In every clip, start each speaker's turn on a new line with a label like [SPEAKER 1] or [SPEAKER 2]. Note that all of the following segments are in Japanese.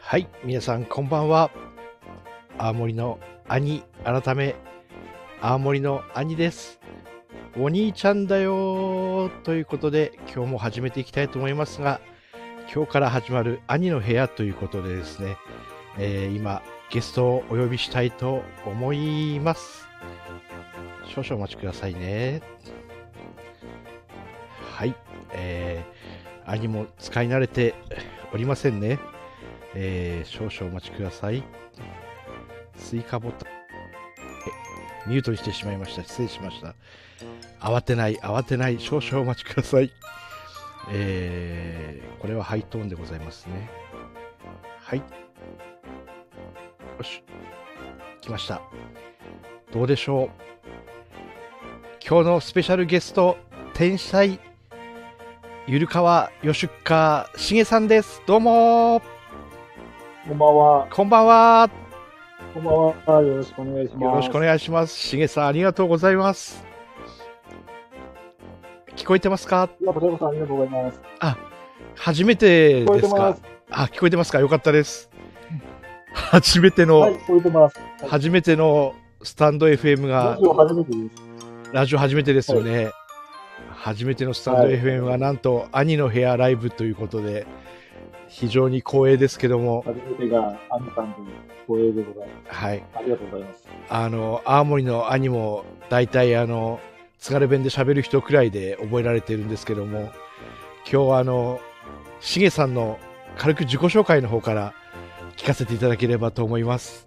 [SPEAKER 1] はい、皆さんこんばんは。青森の兄、改め、青森の兄です。お兄ちゃんだよーということで、今日も始めていきたいと思いますが、今日から始まる兄の部屋ということでですね、えー今、ゲストをお呼びしたいと思います。少々お待ちくださいね。はい、えー、兄も使い慣れておりませんね。えー少々お待ちください。スイカボタン、えミュートにしてしまいました。失礼しました。慌てない、慌てない、少々お待ちください。えーこれはハイトーンでございますね。はい。よし。来ました。どうでしょう。今日のスペシャルゲスト、天才、ゆるかわよしゅっかしげさんです。どうもー
[SPEAKER 2] こんばんは。
[SPEAKER 1] こんばんは。
[SPEAKER 2] こんばんは。よろしくお願いします。
[SPEAKER 1] よろしくお願いします。しげさん、ありがとうございます。聞こえてますか
[SPEAKER 2] いします。こちらこそありがとうございます。
[SPEAKER 1] 初めて
[SPEAKER 2] 聞こえ
[SPEAKER 1] で
[SPEAKER 2] て
[SPEAKER 1] すか
[SPEAKER 2] ます。
[SPEAKER 1] あ、聞こえてますかよかったです。初めての、
[SPEAKER 2] はい、聞こえてます。はい
[SPEAKER 1] 初めてのスタンド FM が
[SPEAKER 2] ラジ、オ初めてです。
[SPEAKER 1] ラジオ初めてですよね。初めてのスタンド
[SPEAKER 2] はい
[SPEAKER 1] FM が、なんと、兄の部屋ライブということで、非常に光栄ですけども、
[SPEAKER 2] 初めてがアミさんと光栄でございま
[SPEAKER 1] はい。
[SPEAKER 2] す。ありがとうございます。
[SPEAKER 1] あの青森の兄も大体あの津軽弁で喋る人くらいで覚えられてるんですけども今日はあのしげさんの軽く自己紹介の方から聞かせていただければと思います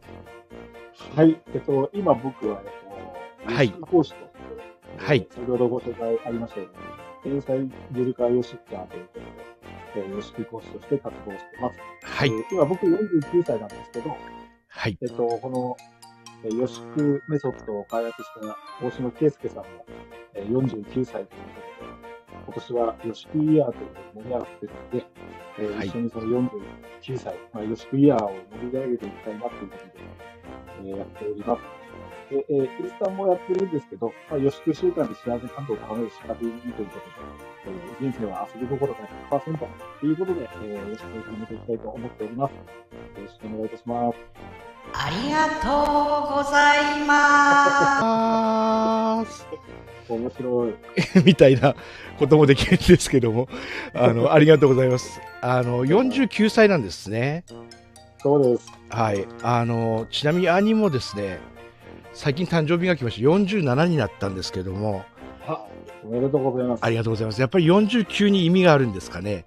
[SPEAKER 2] はい、えっと、今僕は、えっと、
[SPEAKER 1] はい
[SPEAKER 2] 宇宙講師として、
[SPEAKER 1] はい
[SPEAKER 2] 先ほどご紹介ありましたように、天才ゆるかよしっかということで、えー、よしき講師として活動してます。
[SPEAKER 1] はい
[SPEAKER 2] えー今僕49歳なんですけど、
[SPEAKER 1] はい
[SPEAKER 2] えっと、この、えー、予宿メソッドを開発した大島圭介さんが、えー、49歳ということで、今年は予宿イヤーというのを盛り上がっているので、えー
[SPEAKER 1] はい
[SPEAKER 2] 一緒にその49歳、まあ、予宿イヤーを盛り上げていきたいなということで、えーやっております。で、えー、インスタもやってるんですけど、まあ、予宿習慣で幸せ感度を高める仕掛けにということで、えー人生は遊び心が100%ということで、えー、予宿を始めていきたいと思っております。よろしくお願いいたします。
[SPEAKER 3] ありがとうございま
[SPEAKER 1] あ
[SPEAKER 2] 面白い。
[SPEAKER 1] ーみたいなこともできるんですけどもあのありがとうございますあの49歳なんですね
[SPEAKER 2] そうです。
[SPEAKER 1] はいあのちなみに兄もですね最近誕生日が来まして47になったんですけども
[SPEAKER 2] あ、おめでとうございます。
[SPEAKER 1] ありがとうございます。やっぱり49に意味があるんですかね。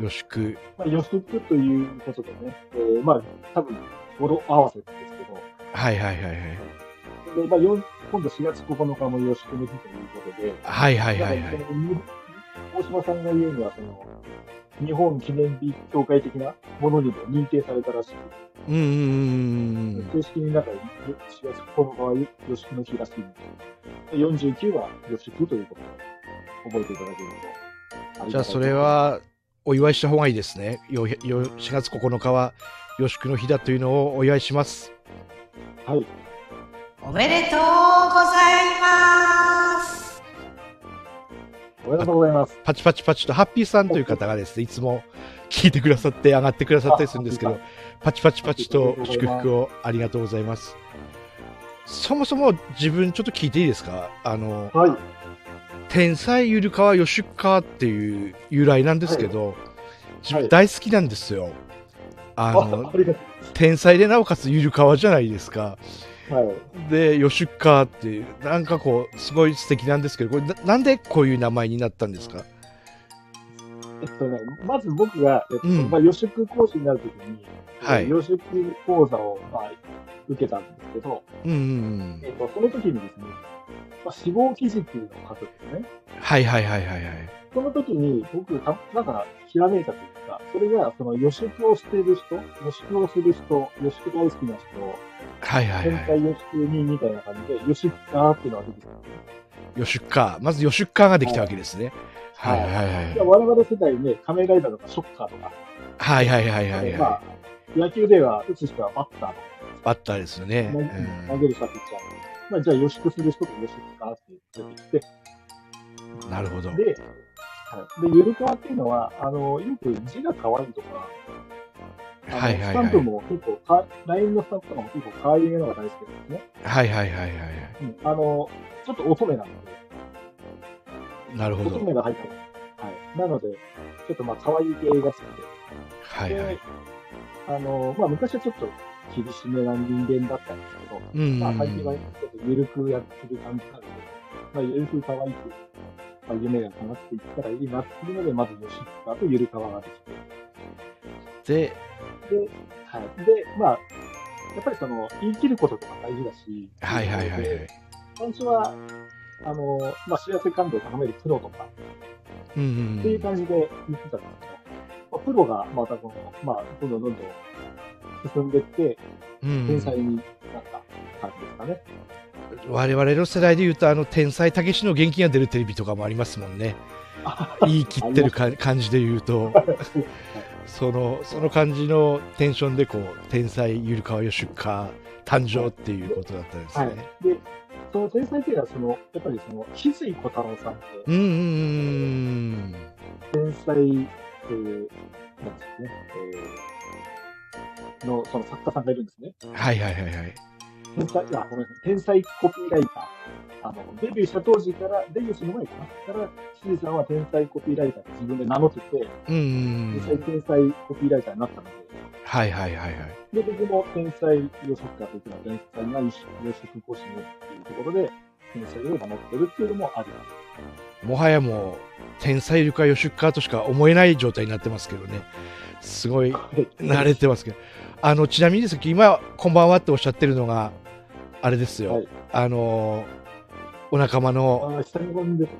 [SPEAKER 1] よしく。
[SPEAKER 2] まあ、予測ということでね、えーまあ、多分、語呂合わせですけど、
[SPEAKER 1] はいはいはいはい。
[SPEAKER 2] でまあ、よん今度4月9日も予測の日ということで、
[SPEAKER 1] はいはいはいは
[SPEAKER 2] なんか
[SPEAKER 1] い。
[SPEAKER 2] そのに大島さんが言うには、その、日本記念日協会的なものにも認定されたらしく、
[SPEAKER 1] うんうんうんうん。
[SPEAKER 2] 正式になんか4月9日は予測の日らしいので、49は予測ということを覚えていただけるとありがたいと思います。
[SPEAKER 1] じゃあそれはお祝いした方がいいですね。よよ4月9日はよしくの日だというのをお祝いします。
[SPEAKER 2] はい。
[SPEAKER 3] す。おめでとうございます。
[SPEAKER 2] おめでとうございます。
[SPEAKER 1] パチパチパチとハッピーさんという方がですね、いつも聞いてくださって上がってくださったりするんですけど、パチパチパチと祝福をありがとうございます。そもそも自分ちょっと聞いていいですかあの、
[SPEAKER 2] はい。
[SPEAKER 1] 天才ゆるかわよしゅっかっていう由来なんですけど、自分大好きなんですよ。あの
[SPEAKER 2] あありがと
[SPEAKER 1] 天才でなおかつゆるかわじゃないですか。
[SPEAKER 2] う。はい。
[SPEAKER 1] で、よしゅっかっていう、なんかこう、すごい素敵なんですけど、これななんでこういう名前になったんですか
[SPEAKER 2] えっとね、まず僕が、えっと
[SPEAKER 1] うん
[SPEAKER 2] まあ、予宿講師になるときに、
[SPEAKER 1] はい
[SPEAKER 2] 予宿講座を、まあ、受けたんですけど、
[SPEAKER 1] うんうんう
[SPEAKER 2] え
[SPEAKER 1] ん。
[SPEAKER 2] っと、その時にですね、まあ、死亡記事っていうのを書くんですね。
[SPEAKER 1] はいはいはいはいはい。
[SPEAKER 2] その時に僕、たなんか、ひらめいたというか、それが、その予宿をしている人、予宿をする人、予宿大好きな人、
[SPEAKER 1] はいはい
[SPEAKER 2] 天
[SPEAKER 1] は
[SPEAKER 2] 才予宿人みたいな感じで、予宿家っていうのが出てきたんですね。
[SPEAKER 1] い。よしゅっか。まずよしゅっかができたわけですね。はいはいはい
[SPEAKER 2] いや我々世代ね、仮面ライダーとかショッカーとか、
[SPEAKER 1] はい。はいはいはいはい
[SPEAKER 2] ま
[SPEAKER 1] は
[SPEAKER 2] あ、野球では打つ人はバッターとか、
[SPEAKER 1] い。バッターですよね。うん
[SPEAKER 2] 投げる人はピッチャー。まあ、じゃあ、予習する人と予習かって出てきて、
[SPEAKER 1] なるほど。
[SPEAKER 2] で、はい、で、ゆるかわっていうのは、あの、よく字が可愛いとか、あの
[SPEAKER 1] はいはい
[SPEAKER 2] スタ
[SPEAKER 1] は
[SPEAKER 2] ン
[SPEAKER 1] い。
[SPEAKER 2] プも結構か、LINE のスタンプとかも結構可愛いめのが大好きなんですね。
[SPEAKER 1] はいはいはいはいは
[SPEAKER 2] うん、あの、ちょっと乙女なので、
[SPEAKER 1] い。なるほ
[SPEAKER 2] 乙
[SPEAKER 1] ど。
[SPEAKER 2] 女が入ってます。はい。なので、ちょっとまあ、可愛い系が好きで、
[SPEAKER 1] はいはい
[SPEAKER 2] で。あの、まあ、昔はちょっと厳しめな人間だったんですけど、
[SPEAKER 1] うんうん
[SPEAKER 2] ま
[SPEAKER 1] う
[SPEAKER 2] あ、
[SPEAKER 1] ん。
[SPEAKER 2] 最近はちょっと緩くやってる感じなので、まあ、緩く可愛く、まあ、夢が叶っていったらいいなっていうので、まず吉川とゆるかわができて、
[SPEAKER 1] で、
[SPEAKER 2] はい。で、まあ、やっぱりその、言い切ることとか大事だし、
[SPEAKER 1] はいはいはいはい。
[SPEAKER 2] 最初は、あの、まあ、幸せ感度を高めるプロとか、
[SPEAKER 1] うんうん
[SPEAKER 2] って
[SPEAKER 1] う。
[SPEAKER 2] いうん感じで言ってたんですけど、まあ、プロがまたこの、まあ、どんどんどんどん進んでいって、
[SPEAKER 1] うんう
[SPEAKER 2] 天才
[SPEAKER 1] ん、
[SPEAKER 2] になった感じですかね。
[SPEAKER 1] 我々の世代で言うと、あの、天才たけしの元気が出るテレビとかもありますもん ね。言い切ってるか感じで言うと、その、その感じのテンションで、こう、天才ゆるかわよ出荷誕生っていうことだったんです
[SPEAKER 2] は
[SPEAKER 1] ね。
[SPEAKER 2] い。で、その天才っていうのは、その、やっぱりその、翡翠小太郎さんって、
[SPEAKER 1] うんうんうん
[SPEAKER 2] 天才、えー、なんですかね、えー、の、その作家さんがいるんですね。
[SPEAKER 1] うん。はいはいはいはい。
[SPEAKER 2] 天才、あ、ごめんなさい。天才コピーライター。あの、デビューした当時から、デビューする前かな。から、シーさんは天才コピーライターって自分で名乗ってて、
[SPEAKER 1] うんうんう
[SPEAKER 2] 実際
[SPEAKER 1] ん。
[SPEAKER 2] 天才コピーライターになったので、
[SPEAKER 1] はいはいはいはい。
[SPEAKER 2] で、僕も天才予測家というのは、天才が予測講師にっていうところで、天才を名乗ってるっていうのもあります。
[SPEAKER 1] もはやもう、天才いるか予習かとしか思えない状態になってますけどね。すごい慣れてますけど。あの、ちなみにですけど、今、こんばんはっておっしゃってるのが、あれですよ。
[SPEAKER 2] はい
[SPEAKER 1] あの、お仲間の、
[SPEAKER 2] ああ、下に5人出てる。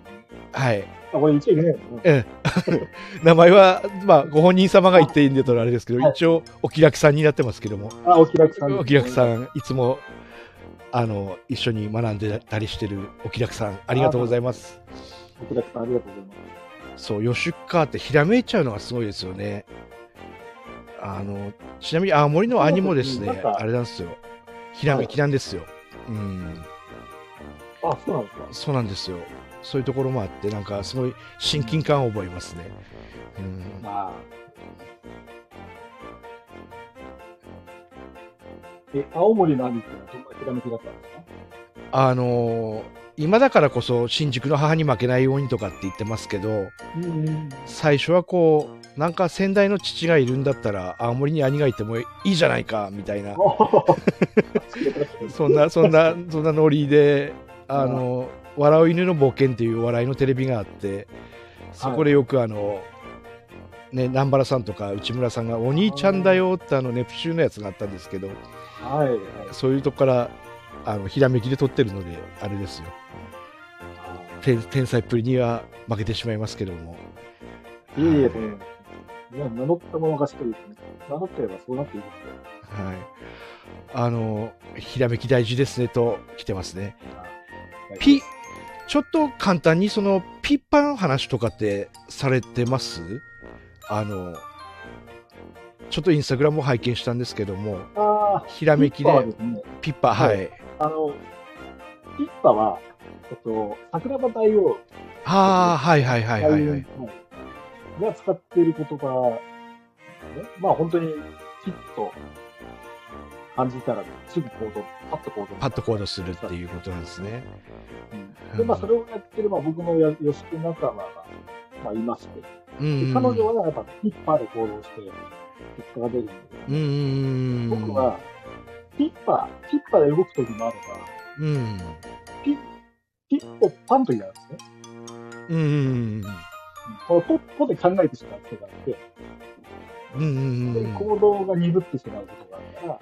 [SPEAKER 1] はい。
[SPEAKER 2] あ、これ一応いけないよね。
[SPEAKER 1] 名前は、まあ、ご本人様が言っていいんでとあれですけど、
[SPEAKER 2] はい
[SPEAKER 1] 一応、お気楽さんになってますけども、
[SPEAKER 2] あ、お気楽さん。
[SPEAKER 1] お気楽さ
[SPEAKER 2] ん。
[SPEAKER 1] ん、いつも、あの、一緒に学んでたりしてるお気楽さん、ありがとうございます。
[SPEAKER 2] お気楽さん、ありがとうございます。
[SPEAKER 1] そう、ヨシュッカーってひらめいちゃうのがすごいですよね。あの、ちなみに青森の兄もですね、
[SPEAKER 2] そうですねなんか
[SPEAKER 1] あれなんですよ。ひらめきなんですよ。うん、
[SPEAKER 2] あ、そうなんですか。
[SPEAKER 1] そうなんですよ。そういうところもあって、なんかすごい親近感を覚えますね。うん、
[SPEAKER 2] ああ。え、青森の兄ってのはどんなひらめきだったんですか
[SPEAKER 1] あのー今だからこそ新宿の母に負けないようにとかって言ってますけど、
[SPEAKER 2] うん。
[SPEAKER 1] 最初はこう、なんか先代の父がいるんだったら、青森に兄がいてもいいじゃないか、みたいな。 そんな、そんな、そんなノリで、あの、笑う犬の冒険っていうお笑いのテレビがあって、そこでよくあの、ね、南原さんとか内村さんが、お兄ちゃんだよってあの、ネプチューンのやつがあったんですけど、
[SPEAKER 2] はい。はい
[SPEAKER 1] そういうとこから、あの、ひらめきで撮ってるので、あれですよ。天天才っぷりには負けてしまいますけども。
[SPEAKER 2] いえいえ、そんな。いや、名乗ったもの勝ちというかね、名乗ってればそうなっていくんですよ
[SPEAKER 1] はい。あの、ひらめき大事ですねと来てますね。
[SPEAKER 2] はい
[SPEAKER 1] ピちょっと簡単にそのピッパの話とかってされてますあのちょっとインスタグラムを拝見したんですけども
[SPEAKER 2] ああ、
[SPEAKER 1] ひらめき
[SPEAKER 2] ピッパは
[SPEAKER 1] です
[SPEAKER 2] ね
[SPEAKER 1] ピッパはい、
[SPEAKER 2] あの、ピッパは、えっと、桜庭大王、
[SPEAKER 1] ああはいはいはいはいはい
[SPEAKER 2] 大王が使っている言葉ですね、まあ本当に、きっと感じたら、すぐ行動、パッと行動。
[SPEAKER 1] パッと行動するっていうことなんですね
[SPEAKER 2] うんで、まあそれをやってる、まあ僕のや吉木仲間が、まあいまして、
[SPEAKER 1] うん
[SPEAKER 2] で
[SPEAKER 1] うん
[SPEAKER 2] 彼女はやっぱピッパーで行動して、結果が出るんで、
[SPEAKER 1] うんうんうん
[SPEAKER 2] 僕は、ピッパー、ピッパーで動く時もあれば、
[SPEAKER 1] うん
[SPEAKER 2] ピッポパンと言うんですね。
[SPEAKER 1] うんうん
[SPEAKER 2] このポッポで考えてしまう世界で、
[SPEAKER 1] うんうんうんう
[SPEAKER 2] で
[SPEAKER 1] ん
[SPEAKER 2] 行動が鈍ってしまうことがあるから、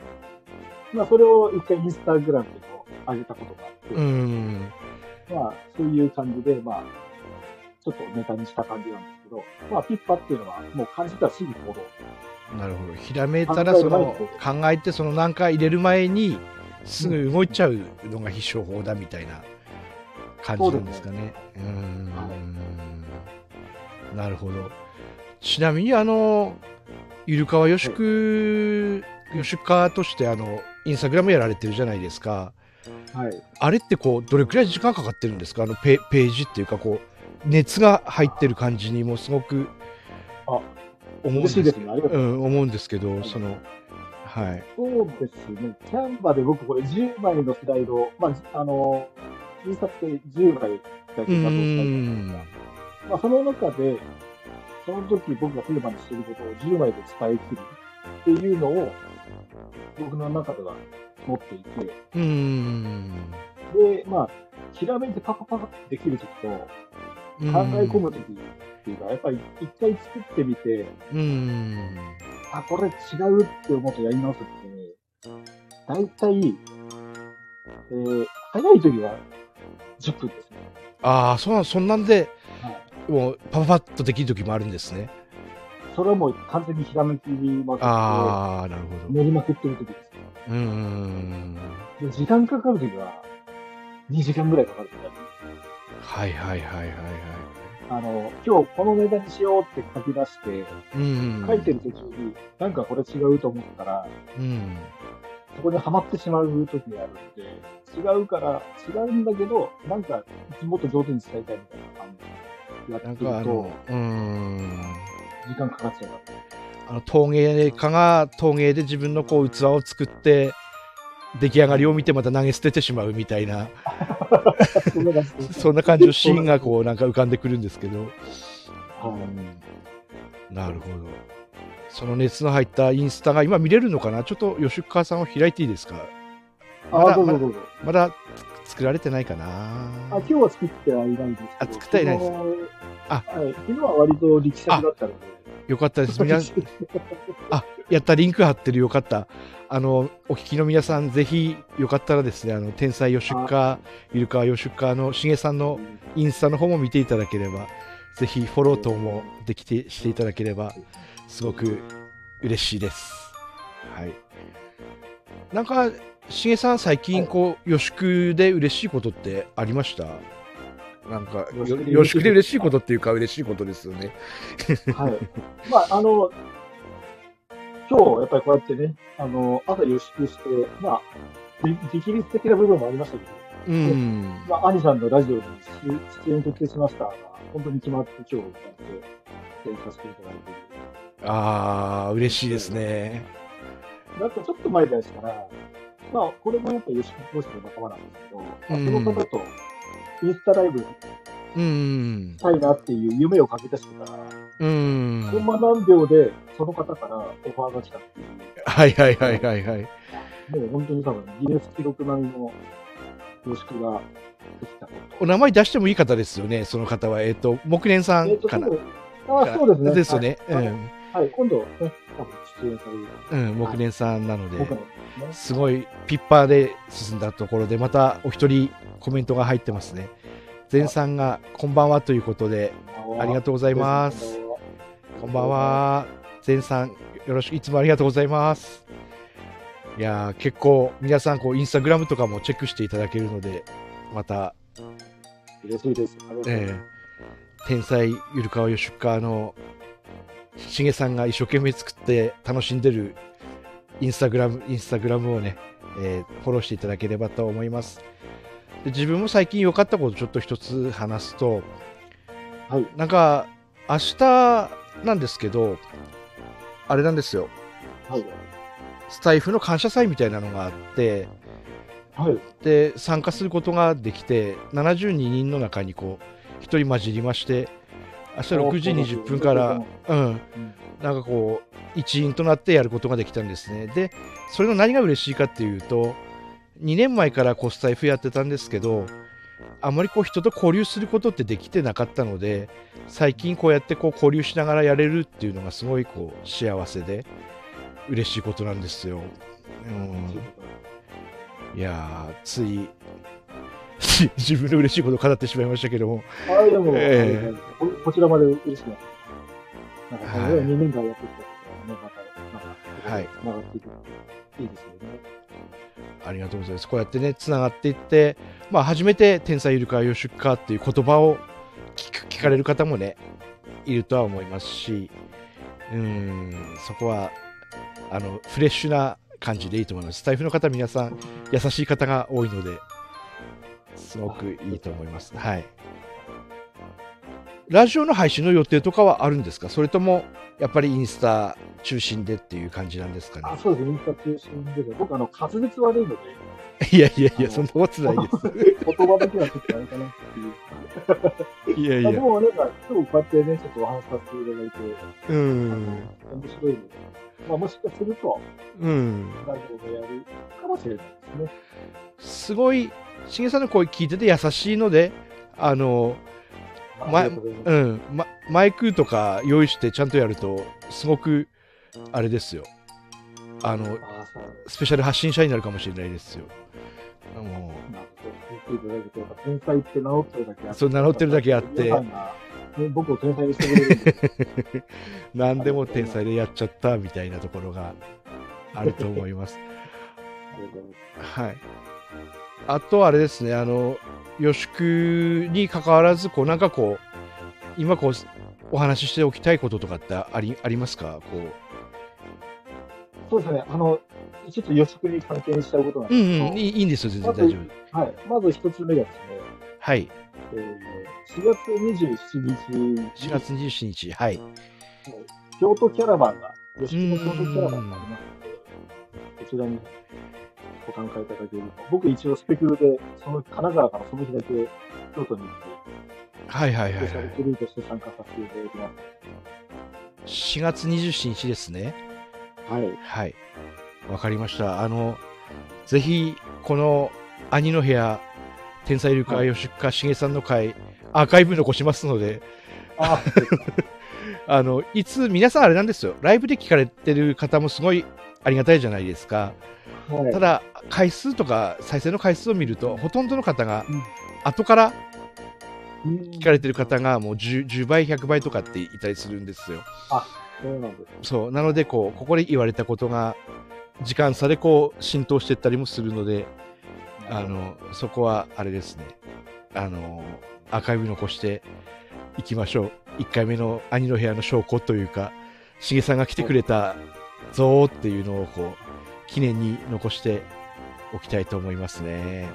[SPEAKER 2] まあそれを一回インスタグラムでこう上げたことがあって、
[SPEAKER 1] うんうん
[SPEAKER 2] まあそういう感じで、まあ、ちょっとネタにした感じなんですけど、まあピッパっていうのはもう感じたらすぐ行動。
[SPEAKER 1] なるほどひらめいたらその考えてその何か入れる前にすぐ動いちゃうのが必勝法だみたいな感じなんですかね。うーんなるほど。ちなみにあのゆるかわよしくよしかとしてあのインスタグラムやられてるじゃないですか。
[SPEAKER 2] はい。
[SPEAKER 1] あれってこうどれくらい時間かかってるんですかあのペページっていうかこう熱が入ってる感じにもすごく
[SPEAKER 2] あ
[SPEAKER 1] 思うん
[SPEAKER 2] 嬉
[SPEAKER 1] で
[SPEAKER 2] し
[SPEAKER 1] す
[SPEAKER 2] いですね。ありがと
[SPEAKER 1] う
[SPEAKER 2] う。
[SPEAKER 1] ん、思うんですけど、その、はい。
[SPEAKER 2] そうですね。キャンバで僕これ10枚のスライドを、まあじ、あの、印刷で10枚だけ画像したりと
[SPEAKER 1] う
[SPEAKER 2] か
[SPEAKER 1] ん。
[SPEAKER 2] まあ、その中で、その時僕がフルマンにしてることを10枚で伝えきるっていうのを、僕の中では持っていて、
[SPEAKER 1] うん。
[SPEAKER 2] で、まあ、ひらめいてパパパパってできる時と、考
[SPEAKER 1] 考え
[SPEAKER 2] え込む時っていうか、やっぱり一回作ってみて、
[SPEAKER 1] うん。
[SPEAKER 2] あ、これ違うって思ってやり直すときに、大体、えー、早い時は10分ですね。
[SPEAKER 1] ああ、そうなんそんなんで
[SPEAKER 2] はい、
[SPEAKER 1] もうパパッとできる時もあるんですね。
[SPEAKER 2] それはもう完全にひらめきまくっ
[SPEAKER 1] ああ、なるほ
[SPEAKER 2] て、練りまくってる時ですね。
[SPEAKER 1] ど。うん。
[SPEAKER 2] で時間かかるときは、2時間ぐらいかかる時あります
[SPEAKER 1] はいはいはいはいは
[SPEAKER 2] あの、今日このネタにしようって書き出して、
[SPEAKER 1] い。うん。
[SPEAKER 2] 書いてる途中に、なんかこれ違うと思ったら、
[SPEAKER 1] うん。
[SPEAKER 2] そこにはまってしまう時があるんで、違うから、違うんだけど、なんか、もっと上手に伝えたいみたいな感じでや
[SPEAKER 1] な
[SPEAKER 2] っ
[SPEAKER 1] ん
[SPEAKER 2] て
[SPEAKER 1] かあ
[SPEAKER 2] ると
[SPEAKER 1] の、、うん。
[SPEAKER 2] 時間かかっちゃうから。
[SPEAKER 1] あの陶芸家が陶芸で自分のこう器を作って出来上がりを見てまた投げ捨ててしまうみたいな
[SPEAKER 2] そんな感じで
[SPEAKER 1] そんな感じのシーンがこうなんか浮かんでくるんですけど、
[SPEAKER 2] はい
[SPEAKER 1] なるほどその熱の入ったインスタが今見れるのかなちょっと吉川さんを開いていいですかま
[SPEAKER 2] あ
[SPEAKER 1] だ
[SPEAKER 2] あ、どうぞどうぞ。
[SPEAKER 1] まだつ作られてないか
[SPEAKER 2] あ、
[SPEAKER 1] な
[SPEAKER 2] 今日は作ってはいないんですけど。
[SPEAKER 1] あ作ってはいないです
[SPEAKER 2] 昨日
[SPEAKER 1] あ
[SPEAKER 2] はい昨日は割と力作だったので。
[SPEAKER 1] よかったです皆さん やったリンク貼ってるよかったあのお聞きの皆さんぜひよかったらですねあの天才吉川イルカ吉川のしげさんのインスタの方も見ていただければ、ぜひフォロー等もできてしていただければ、すごく嬉しいです。はい。なんか、しげさん、最近、こう、予祝で嬉しいことってありましたなんか、
[SPEAKER 2] 予
[SPEAKER 1] よ
[SPEAKER 2] 祝で嬉し
[SPEAKER 1] 予祝で嬉しい
[SPEAKER 2] いこと
[SPEAKER 1] ことっていうか、嬉しいことですよね。
[SPEAKER 2] はい。まあ、あの、今日、やっぱりこうやってね、あの、朝予習して、まあ、り力率的な部分もありましたけど、
[SPEAKER 1] うん。
[SPEAKER 2] まあ、兄さんのラジオに出出演決定しましたが、本当に決まって今日、こうやって出演させていただいている。
[SPEAKER 1] ああ、嬉しいですね。
[SPEAKER 2] なんかちょっと前ですから、まあ、これもやっぱ吉木講師の仲間なんですけど、まあ、その方と、インスタライブ
[SPEAKER 1] うん。
[SPEAKER 2] したいなっていう夢を駆け出してたら、
[SPEAKER 1] うん。
[SPEAKER 2] コンマ何秒でその方からオファーが来たっていう。
[SPEAKER 1] はいはいはいはいはい。
[SPEAKER 2] もう本当に多分、ギネス記録並みの様式ができたこと。
[SPEAKER 1] お名前出してもいい方ですよね、その方は。えっ、と、木蓮さ
[SPEAKER 2] えっ
[SPEAKER 1] ん
[SPEAKER 2] と、
[SPEAKER 1] かな。
[SPEAKER 2] ああ、そうですね。
[SPEAKER 1] ですよね。
[SPEAKER 2] はいはい、今度、ね、多分出演される。
[SPEAKER 1] うん、うん、木蓮さんなので、
[SPEAKER 2] 僕のね、
[SPEAKER 1] すごいピッパーで進んだところで、またお一人コメントが入ってますね。前さんが、こんばんはということで、ありが
[SPEAKER 2] とう
[SPEAKER 1] とうございます。。こんばん。は。前さん、よろしく、いつもありがとうございます。いやー、結構、皆さん、こう、インスタグラムとかもチェックしていただけるので、また、
[SPEAKER 2] 嬉しいです。ありがとうござ
[SPEAKER 1] え
[SPEAKER 2] います。
[SPEAKER 1] ー天才ゆるかわよしゅっかのしげさんが一生懸命作って楽しんでるインスタグラムインスタグラムをね、えーフォローしていただければと思いますで自分も最近良かったことちょっと一つ話すと
[SPEAKER 2] はい。
[SPEAKER 1] なんか明日なんですけどあれなんですよ
[SPEAKER 2] はい。
[SPEAKER 1] スタイフの感謝祭みたいなのがあって
[SPEAKER 2] はい。
[SPEAKER 1] で参加することができて72人の中にこう1人混じりまして明日6時20分から、うん、
[SPEAKER 2] うん
[SPEAKER 1] なんかこう一員となってやることができたんですねでそれの何が嬉しいかっていうと2年前からコスタイフやってたんですけどあまりこう人と交流することってできてなかったので最近こうやってこう交流しながらやれるっていうのがすごいこう幸せで嬉しいことなんですよ。うんいやーつい し自分の嬉しいことを語ってしまいましたけども
[SPEAKER 2] はい、でも、
[SPEAKER 1] え
[SPEAKER 2] ここちらまで嬉しくなってます。なんか、
[SPEAKER 1] はい
[SPEAKER 2] 2年間やってきたことがね、また、
[SPEAKER 1] はい
[SPEAKER 2] つながっていく。いいですよね。
[SPEAKER 1] ありがとうございますこうやってねつながっていって、まあ、初めて「天才ゆるかよしゅっか」っていう言葉を聞く聞かれる方もねいるとは思いますしうーんそこはあのフレッシュな感じでいいと思いますスタイフの方皆さん優しい方が多いのですごくいいと思いますはいラジオの配信の予定とかはあるんですかそれとも、やっぱりインスタ中心でっていう感じなんですか
[SPEAKER 2] あ
[SPEAKER 1] ね
[SPEAKER 2] そうですね、インスタ中心でね、僕、あの、滑舌悪いので、
[SPEAKER 1] いやいやい
[SPEAKER 2] あ
[SPEAKER 1] や、
[SPEAKER 2] の
[SPEAKER 1] そんなことないです。
[SPEAKER 2] 言葉だけはちょっとあれかなっていう。
[SPEAKER 1] いやい
[SPEAKER 2] あで
[SPEAKER 1] や、
[SPEAKER 2] も、なんか、今日こうやってね、ちょっとお話しさせていただいて、
[SPEAKER 1] うん、
[SPEAKER 2] 面白いので、まあ、もしかすると、
[SPEAKER 1] うん。
[SPEAKER 2] ラジオでやるかもしれないですね。
[SPEAKER 1] すごい、しげさんの声聞いてて優しいので、あの、
[SPEAKER 2] まあ
[SPEAKER 1] ま
[SPEAKER 2] ありがとうございます
[SPEAKER 1] うん、ま、マイクとか用意してちゃんとやると、すごく、あれですよ。あの、
[SPEAKER 2] あーそう
[SPEAKER 1] スペシャル発信者になるかもしれないですよ。も
[SPEAKER 2] まあ、そう言っていただけて、やっぱ天才って名乗ってるだけあって、
[SPEAKER 1] そう名乗ってるだけあって
[SPEAKER 2] 皆さんがね僕を天才にしてくれるんで、
[SPEAKER 1] う、何でも天才でやっちゃったみたいなところがあると思います。
[SPEAKER 2] ありがとうございます
[SPEAKER 1] はい。あと、あれですね、あの、予祝に関わらず、こう、なんかこう、今こう、お話ししておきたいこととかってありありますかこう。
[SPEAKER 2] そうですね、あの、ちょっと予測に関係しちゃうことなん
[SPEAKER 1] う
[SPEAKER 2] で
[SPEAKER 1] ん
[SPEAKER 2] すけど、
[SPEAKER 1] うん、いいいいんですよ、全然
[SPEAKER 2] ま
[SPEAKER 1] 大
[SPEAKER 2] ず
[SPEAKER 1] 丈夫。
[SPEAKER 2] はい、まず一つ目がですね、
[SPEAKER 1] はい。
[SPEAKER 2] えー4月27日
[SPEAKER 1] 4月27日、はい。
[SPEAKER 2] 京都キャラバンが、吉木の京都キャラバンがありますので、こちらにご参加いただけると。僕一応スペクルで、その金沢からその日だけ京都に行って、
[SPEAKER 1] はいはい
[SPEAKER 2] ス
[SPEAKER 1] はい、
[SPEAKER 2] ペシ
[SPEAKER 1] は
[SPEAKER 2] ャル
[SPEAKER 1] い。
[SPEAKER 2] クルーとして参加させていただきま
[SPEAKER 1] 4月27日ですね。
[SPEAKER 2] す。はい。
[SPEAKER 1] はい。わかりました。あの、ぜひ、この、兄の部屋、天才流
[SPEAKER 2] は
[SPEAKER 1] 会、
[SPEAKER 2] い
[SPEAKER 1] 吉川茂さんの会、アーカイブ残しますので、
[SPEAKER 2] あ、
[SPEAKER 1] あの、いつ、皆さんあれなんですよ。ライブで聞かれてる方もすごいありがたいじゃないですか。
[SPEAKER 2] はい
[SPEAKER 1] ただ、回数とか、再生の回数を見ると、ほとんどの方が
[SPEAKER 2] うん、
[SPEAKER 1] 後から
[SPEAKER 2] うん
[SPEAKER 1] 聞かれてる方が、もう 10, 10倍、100倍とかっていたりするんですよ。
[SPEAKER 2] そうなんです。
[SPEAKER 1] そう。なので、こう、ここで言われたことが、時間差でこう、浸透していったりもするので、あの、そこは、あれですね。あの、アーカイブ残していきましょう。1回目の兄の部屋の証拠というか、しげさんが来てくれたぞーっていうのを、こう、記念に残しておきたいと思いますね。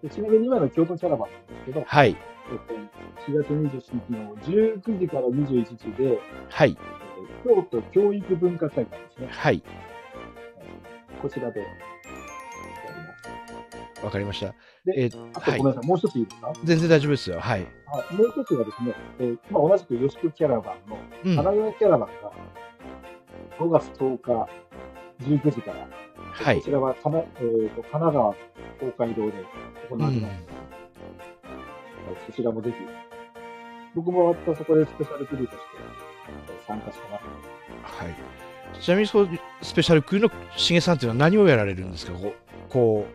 [SPEAKER 2] でちなみに今の京都キャラバンなんですけど、
[SPEAKER 1] はい。
[SPEAKER 2] えっと4月27日の19時から21時で、
[SPEAKER 1] はい。
[SPEAKER 2] えー京都教育文化会館ですね。
[SPEAKER 1] はい。
[SPEAKER 2] こちらでやります。
[SPEAKER 1] わかりました。
[SPEAKER 2] で
[SPEAKER 1] え
[SPEAKER 2] あと、
[SPEAKER 1] はい
[SPEAKER 2] ごめんなさい、もう一ついいですか、は
[SPEAKER 1] 全然大丈夫ですよ。はい。
[SPEAKER 2] い、もう一つがですね、えーまあ、同じく吉木キャラバンの、
[SPEAKER 1] うん。
[SPEAKER 2] 神
[SPEAKER 1] は
[SPEAKER 2] 奈川キャラバンが、5月10日、19時から、
[SPEAKER 1] い
[SPEAKER 2] こ。ちらは神奈,、えーと神奈川公会堂で行われます、はいそちらもぜひ、僕もまたそこでスペシャルクルーとしてえー参加してます。
[SPEAKER 1] はい。ちなみに、そう、スペシャルクーのしげさんっていうのは何をやられるんですかこう、こ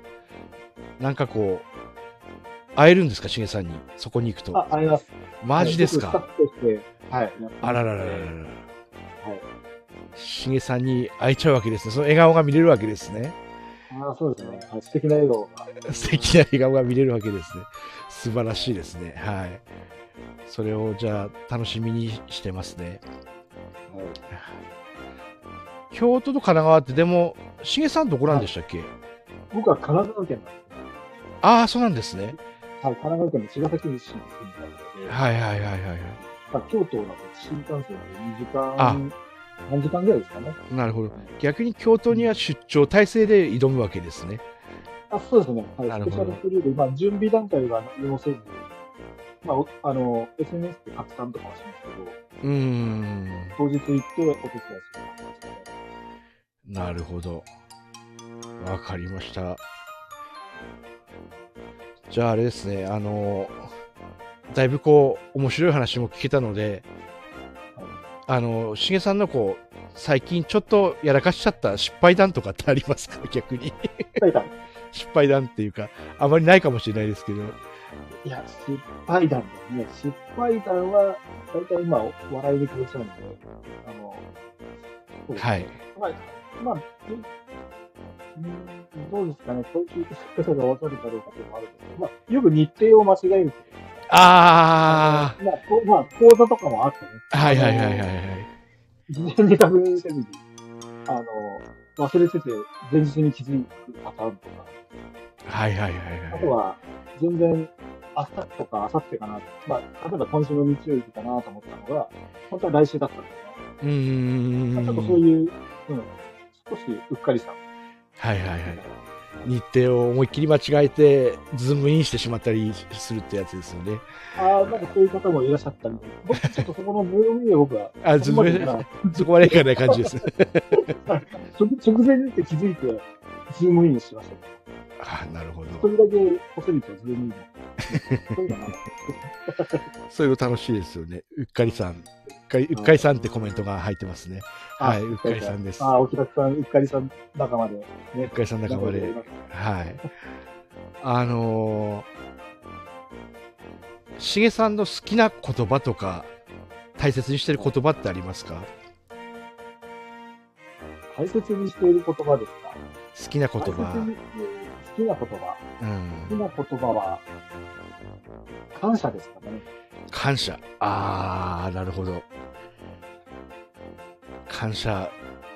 [SPEAKER 1] う、なんかこう、会えるんですかしげさんに。そこに行くと。
[SPEAKER 2] あ、あります。
[SPEAKER 1] マジです
[SPEAKER 2] はい
[SPEAKER 1] か
[SPEAKER 2] 僕スタッフとして、はい。
[SPEAKER 1] あららららら
[SPEAKER 2] はい。
[SPEAKER 1] ら。しげさんに会えちゃうわけですね。その笑顔が見れるわけですね。
[SPEAKER 2] あーそうですね。はい素敵な笑顔が。
[SPEAKER 1] 素敵な笑顔が見れるわけですね。素晴らしいですね。はい。それをじゃあ楽しみにしてますね。
[SPEAKER 2] はい
[SPEAKER 1] 京都と神奈川ってでも、しげさんどこなんでしたっけ、
[SPEAKER 2] 僕は神奈川県なんです。
[SPEAKER 1] ああ、そうなんですね。
[SPEAKER 2] はい、神奈川県の茅ヶ崎市に住んでたので、
[SPEAKER 1] はいはいはいはいは
[SPEAKER 2] まあ、京都だと新幹線で2時
[SPEAKER 1] あ
[SPEAKER 2] 間、3時間ぐらいですかね。
[SPEAKER 1] い。なるほど。逆に京都には出張体制で挑むわけですね。
[SPEAKER 2] あそうですね、は、
[SPEAKER 1] ないる
[SPEAKER 2] ス
[SPEAKER 1] ほ
[SPEAKER 2] ペシ
[SPEAKER 1] ど
[SPEAKER 2] ャルクルーで、まあ、準備段階は要せず、まあお、あの SNS で拡散とかはしますけど、
[SPEAKER 1] うーん。
[SPEAKER 2] 当日行ってお手伝いする感じですね。
[SPEAKER 1] なるほど。わかりました。じゃああれですね、あの、だいぶこう、面白い話も聞けたので、あの、しげさんのこう、最近ちょっとやらかしちゃった失敗談とかってありますか 逆に。
[SPEAKER 2] 失敗談。
[SPEAKER 1] 失敗談っていうか、あまりないかもしれないですけど。
[SPEAKER 2] いや、失敗談ですね。失敗談は、大体今、お笑いに変えちゃうんで、あの、そうですね
[SPEAKER 1] はい。
[SPEAKER 2] まあ、まあ、えうんどうですかね、こう聞いてる方がわかるかどうかっていうのもあるんですけど、まあ、よく日程を間違える。
[SPEAKER 1] あ
[SPEAKER 2] まあ、こうまあ、講座とかもあってね、
[SPEAKER 1] あはいはいはいはいはい。
[SPEAKER 2] 事前に確認せずに、あの、忘れてて、前日に気づくパターンとか、
[SPEAKER 1] はいはいはい
[SPEAKER 2] あ
[SPEAKER 1] はい
[SPEAKER 2] と。は、全然、明日とか明後日かな、まあ、例えば今週の日曜日かなと思ったのが、本当は来週だったんですね。
[SPEAKER 1] うー
[SPEAKER 2] まあ
[SPEAKER 1] ん。
[SPEAKER 2] ちょっとそういう、うん、少しうっかりした。
[SPEAKER 1] はいはいはい。日程を思いっきり間違えて、ズームインしてしまったりするってやつです よね。
[SPEAKER 2] ああ、なんかそういう方もいらっしゃったんで、僕ちょっとそこのムーミー僕は、
[SPEAKER 1] あ、ズームイン、そこまでいかない感じ です。
[SPEAKER 2] 直直前になって気づいて、ズームインしましたね。
[SPEAKER 1] あなるほ
[SPEAKER 2] 一
[SPEAKER 1] ど。
[SPEAKER 2] 人だけこせるとズームイン。そういう のはなかった
[SPEAKER 1] そういうの楽しいですよね。うっかりさん。うっかりうっかりさんってコメントが入ってますね。は
[SPEAKER 2] あ
[SPEAKER 1] い、うっかりさんです。
[SPEAKER 2] あ
[SPEAKER 1] う
[SPEAKER 2] あ、おきらさん、うっかりさん仲間で、ね
[SPEAKER 1] っ。かりさん仲間で。はい。あのー、しげさんの好きな言葉とか、大切にしてる言葉ってありますか
[SPEAKER 2] 大切にしている言葉ですか
[SPEAKER 1] 好きな言
[SPEAKER 2] 大切
[SPEAKER 1] 葉
[SPEAKER 2] に。好きな言葉。
[SPEAKER 1] う
[SPEAKER 2] 好き
[SPEAKER 1] ん。
[SPEAKER 2] な言葉は、感謝ですかね。
[SPEAKER 1] 感謝。あー、なるほど。感謝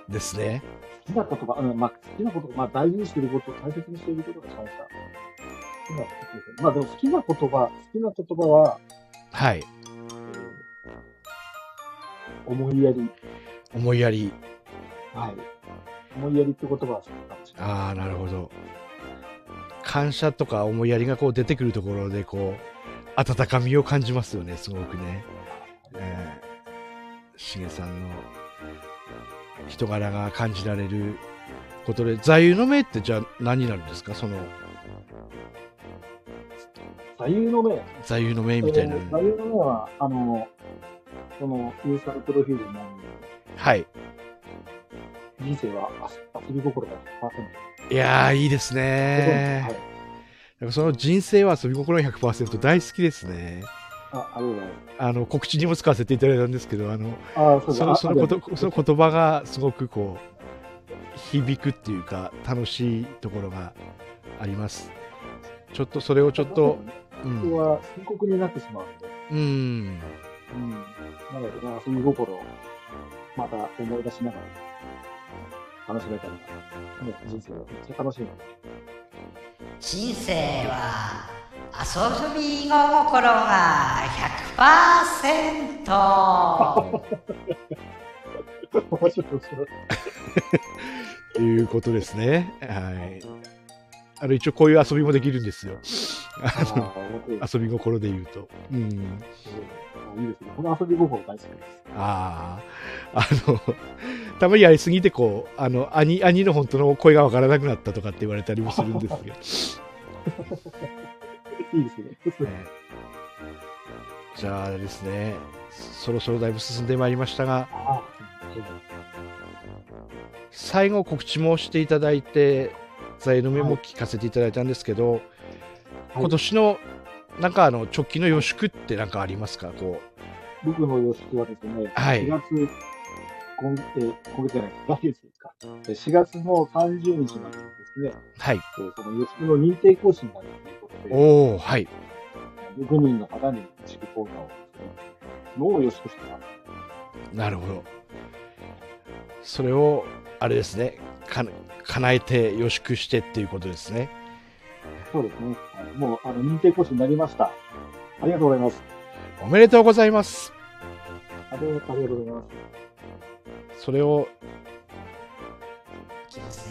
[SPEAKER 1] ですね。
[SPEAKER 2] 好きな言葉、うん、まあ、好きなこと、まあ、大事にしていること、大切にしていることが感謝。好きなことですねまあ、でも好きな言葉、好きな言葉は、
[SPEAKER 1] はい。
[SPEAKER 2] えー思いやり。
[SPEAKER 1] 思いやり。
[SPEAKER 2] はい。思いやりって言葉は好きかもしれない。
[SPEAKER 1] ああなるほど感謝とか思いやりがこう出てくるところでこう温かみを感じますよねすごくねえーしげ、さんの人柄が感じられることで座右の銘ってじゃあ何になるんですかその
[SPEAKER 2] 座右の銘。
[SPEAKER 1] 座右の銘みたいな、
[SPEAKER 2] えー座右の銘は、あの、その、インスタのプロフィールにある
[SPEAKER 1] はい
[SPEAKER 2] 人生は遊び心が100%。
[SPEAKER 1] いやーいいですね
[SPEAKER 2] はい
[SPEAKER 1] なんかその人生は遊び心が100%大好きですね
[SPEAKER 2] あ、ありがとうございます。
[SPEAKER 1] あの告知にも使わせていただいたんですけどあの
[SPEAKER 2] あ、そうです
[SPEAKER 1] その
[SPEAKER 2] あ
[SPEAKER 1] そのこ
[SPEAKER 2] ありがうご
[SPEAKER 1] と
[SPEAKER 2] ざ
[SPEAKER 1] そ
[SPEAKER 2] い
[SPEAKER 1] の
[SPEAKER 2] ます
[SPEAKER 1] 言葉がすごくこう響くっていうか楽しいところがあります。ちょっとそれをちょっと、う
[SPEAKER 2] ここ
[SPEAKER 1] ん、
[SPEAKER 2] は深刻になってしまうので、
[SPEAKER 1] うん、
[SPEAKER 2] うん。なので、遊び心をまた思い出しながら楽しめたり、ね、人生はめっちゃ楽しいので、
[SPEAKER 3] 人生は遊び心が100%
[SPEAKER 2] 面白い面白い。
[SPEAKER 1] ということですね。はい。あの一応こういう遊びもできるんですよ。
[SPEAKER 2] ああ、面白いです
[SPEAKER 1] 遊び心で言うと。うん。
[SPEAKER 2] あいいですね。この遊び心大好きです。
[SPEAKER 1] ああ、あの、たまにやりすぎてこう、あの、兄、兄の本当の声がわからなくなったとかって言われたりもするんですけど。
[SPEAKER 2] いいです ね。
[SPEAKER 1] ねじゃあですね、そろそろだいぶ進んでまいりましたが、
[SPEAKER 2] あ
[SPEAKER 1] 最後告知もしていただいて、在の目も聞かせていただいたんですけど、
[SPEAKER 2] あ、は
[SPEAKER 1] 今
[SPEAKER 2] い、
[SPEAKER 1] 年のなんかあの直近の予祝ってなんかありますかこう
[SPEAKER 2] 僕の予測はですね、
[SPEAKER 1] はい
[SPEAKER 2] 4月、今え今月じゃない、来月ですか。え4月の30日までですね、
[SPEAKER 1] はい
[SPEAKER 2] えーその予測の認定講師になるということで、
[SPEAKER 1] おおはい
[SPEAKER 2] 6人の方に地区講座をのを予測してます。
[SPEAKER 1] なるほどそれをあれですねか叶えて予祝してっていうことですね
[SPEAKER 2] そうですね。はいもうあの認定講師になりました。ありがとうございます。
[SPEAKER 1] おめでとうございます
[SPEAKER 2] ありがとうありがとうございます。
[SPEAKER 1] それを
[SPEAKER 3] 人生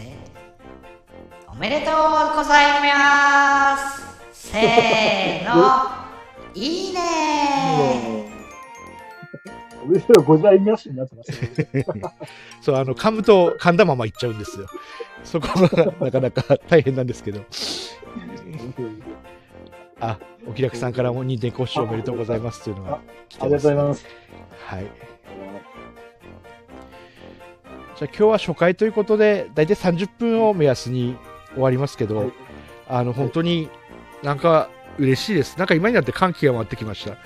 [SPEAKER 3] おめでとうございますせーのいいね
[SPEAKER 2] もう、おめでとうございますになってますね。
[SPEAKER 1] そうあの噛むと噛んだままいっちゃうんですよそこが なかなか大変なんですけどあお気楽さんからも認定講師おめでとうございますというのが来
[SPEAKER 2] あ
[SPEAKER 1] て
[SPEAKER 2] りがとうござい
[SPEAKER 1] す
[SPEAKER 2] ます。
[SPEAKER 1] はいじゃあ今日は初回ということで大体30分を目安に終わりますけど、
[SPEAKER 2] はい
[SPEAKER 1] あの本当になんか嬉しいですなんか今になって歓喜が回ってきました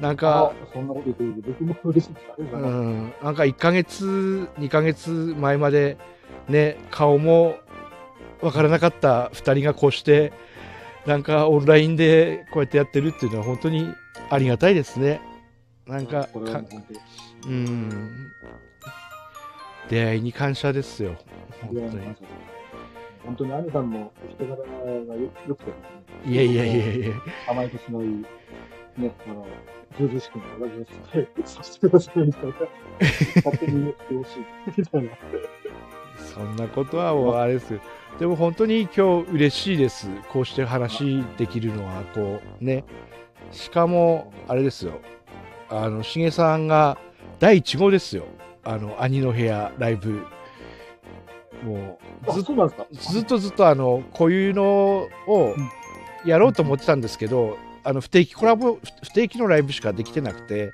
[SPEAKER 1] なん
[SPEAKER 2] あ
[SPEAKER 1] か、
[SPEAKER 2] そんなこと言っていいで僕も嬉しいです。ありがと
[SPEAKER 1] う
[SPEAKER 2] うございます。
[SPEAKER 1] んなんか1ヶ月2ヶ月前までね顔もわからなかった2人がこうしてなんかオンラインでこうやってやってるっていうのは本当にありがたいですねなんか
[SPEAKER 2] これ
[SPEAKER 1] か
[SPEAKER 2] はもう本当に
[SPEAKER 1] うん出会いに感謝ですよ本当
[SPEAKER 2] ありがとうござい
[SPEAKER 1] に
[SPEAKER 2] ます本当に兄さんのお人柄がよよくてですね、
[SPEAKER 1] いやいやいやいや、
[SPEAKER 2] 甘えてしまい、ね、あの、ずうずうしくも同じして、させてくださいみたいな、勝手に言ってほしいみたいな。
[SPEAKER 1] そんなことはもうあれですよ。でも本当に今日嬉しいです。こうして話できるのは、こうね。しかも、あれですよ。あの、しげさんが第1号ですよ。あの、兄の部屋ライブ。もう、
[SPEAKER 2] あ、
[SPEAKER 1] ずっと
[SPEAKER 2] そうなんですか
[SPEAKER 1] ずっとずっとあのこういうのを
[SPEAKER 2] うん
[SPEAKER 1] やろうと思ってたんですけど、あの不定期コラボ不定期のライブしかできてなくて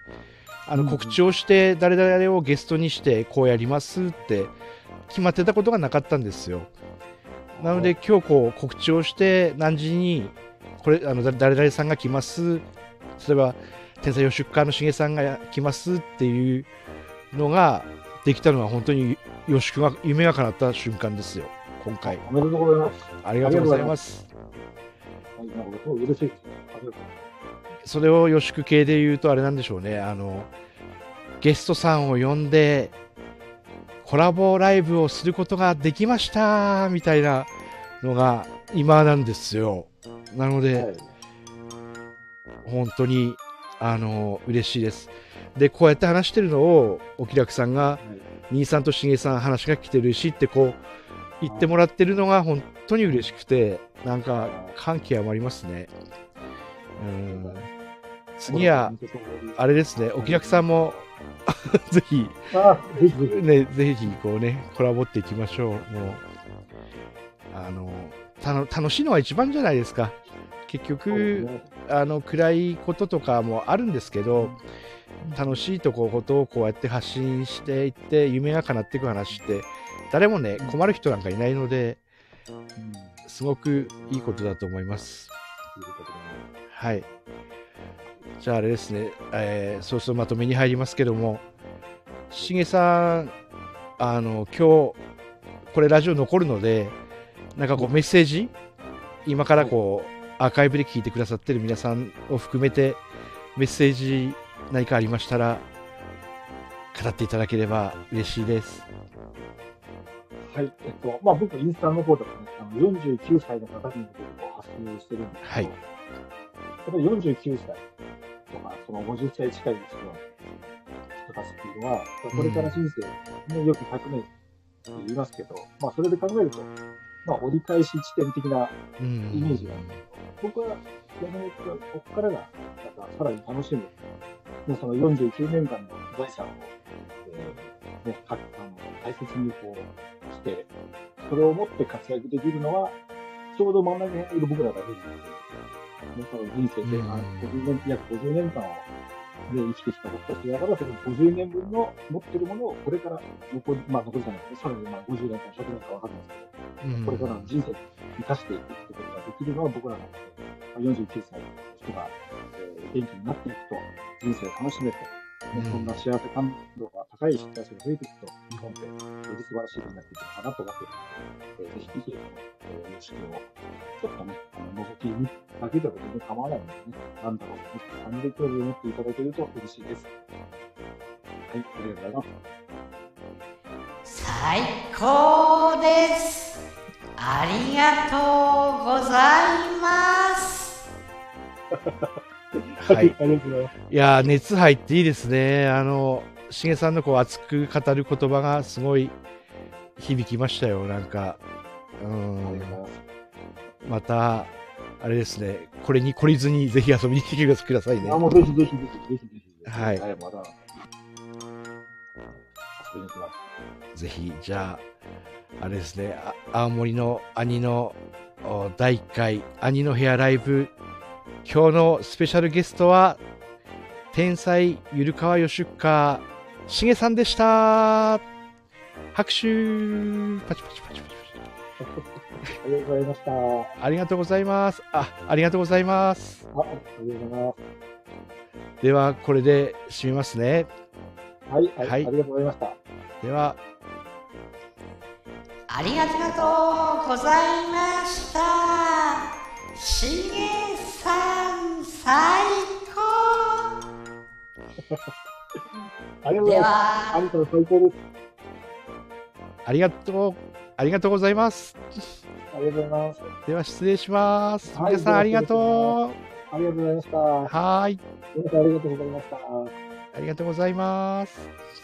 [SPEAKER 1] あ
[SPEAKER 2] う
[SPEAKER 1] の
[SPEAKER 2] んうん
[SPEAKER 1] 告知をして誰々をゲストにしてこうやりますって決まってたことがなかったんですよなので今日こう告知をして何時にこれあのだ誰々さんが来ます例えば天才予習家のしげさんが来ますっていうのができたのは本当に予習が夢が叶った瞬間ですよ今回
[SPEAKER 2] おめでとうございます。
[SPEAKER 1] ありがとうございます。
[SPEAKER 2] はい、なんかすごい嬉しいですね。ありがとうございます。
[SPEAKER 1] それを予祝系で言うとあれなんでしょうね。あのゲストさんを呼んでコラボライブをすることができましたみたいなのが今なんですよ。なので、
[SPEAKER 2] はい
[SPEAKER 1] 本当にあの嬉しいです。でこうやって話してるのをお気楽さんが
[SPEAKER 2] はい
[SPEAKER 1] 兄さんとしげさん話が来てるしってこう言ってもらってるのが本当に嬉しくてなんか感極まりますね。うん次はあれですねお気楽さんもぜひ
[SPEAKER 2] あ、ぜひぜひ。
[SPEAKER 1] ねぜひこうねコラボっていきましょうもうあのたの楽しいのが一番じゃないですか結
[SPEAKER 2] そうです
[SPEAKER 1] 局
[SPEAKER 2] ね
[SPEAKER 1] あの暗いこととかもあるんですけど楽しいとこことをこうやって発信していって夢が叶っていく話って誰もね困る人なんかいないので
[SPEAKER 2] うん
[SPEAKER 1] すごくいいことだと思いますはいじゃああれですね、えー、そうそうまとめに入りますけどもしげさんあの今日これラジオ残るのでなんかこうメッセージ今からこうアーカイブで聞いてくださってる皆さんを含めてメッセージ何かありましたら語っていただければ嬉しいです
[SPEAKER 2] はい、えっと、まあ僕、インスタの方とかね、あの49歳の方に向けてこう発信をしてるんです
[SPEAKER 1] はい
[SPEAKER 2] けど、やっぱり49歳とか、その50歳近い人の人たちっていうのは、これから人生、ね、よく100年って言いますけど、まあそれで考えると、まあ折り返し地点的な
[SPEAKER 1] うん
[SPEAKER 2] イメージがあるんですけど、僕は逆に言うとここからが、またさらに楽しむ、ね、その49年間の財産を、えーね、かあの大切にこうして、それを持って活躍できるのは、ちょうど真ん中にいる僕らができるね、その人生前半、
[SPEAKER 1] うん
[SPEAKER 2] 50年約50年間を、ね、生きてきた僕たちだから、その50年分の持ってるものをこれから残り、まあ残りじゃないですね、さらにまあ50年間、100年間わかんないですけど、
[SPEAKER 1] うん
[SPEAKER 2] これからの人生に生かしていくってことができるのは僕らの49歳の人が、えー元気になっていくと、人生を楽しめて、ね
[SPEAKER 1] うん
[SPEAKER 2] そんな幸せ感度が高い人たちが増えていくと、日本ってより素晴らしい国になっていくのかなと思っているので、えーぜひぜひ、えー、よし君を、ちょっとね、あの覗きにだけでは全然構わないので、ね、なんだろう、もっと感じで興味を持っていただけると嬉しいです。はい、ありがとうございます。
[SPEAKER 3] 最高ですありがとうございます
[SPEAKER 1] はい、
[SPEAKER 2] ありがとうございます。
[SPEAKER 1] いやー熱入っていいですねあのしげさんのこう熱く語る言葉がすごい響きましたよなんかう
[SPEAKER 2] ありがとうござい
[SPEAKER 1] ん
[SPEAKER 2] ます。
[SPEAKER 1] またあれですねこれに懲りずにぜひ遊びに来てくださいね
[SPEAKER 2] あ、もうぜひぜひぜひぜひぜひ。
[SPEAKER 1] はい
[SPEAKER 2] はい、まだ。遊びに来ます。
[SPEAKER 1] ぜひじゃああれですねあ青森の兄のお第1回兄の部屋ライブ今日のスペシャルゲストは天才ゆるかわよしゅっかしげさんでした拍手パチパチパチパチパチ
[SPEAKER 2] ありがとうございました。あ、
[SPEAKER 1] ありがとうございますあありがとうございます
[SPEAKER 2] ありがとうございま
[SPEAKER 1] ではこれで締めますね
[SPEAKER 2] す。はい、はい、
[SPEAKER 1] はい
[SPEAKER 2] ありがとうございました。
[SPEAKER 1] では
[SPEAKER 3] ありがとうございましたしげさん最高
[SPEAKER 2] ありがとうご
[SPEAKER 3] で
[SPEAKER 2] ざいます。
[SPEAKER 3] は
[SPEAKER 2] ありがとうございます。最高
[SPEAKER 1] ありがとうありがとうございます。
[SPEAKER 2] です。ありがとうございます。
[SPEAKER 1] では失礼します。
[SPEAKER 2] はい
[SPEAKER 1] 皆さんありがと
[SPEAKER 2] ありがとうございました。
[SPEAKER 1] う。はーい。
[SPEAKER 2] 皆さんありがとうございました。
[SPEAKER 1] ありがとうございます。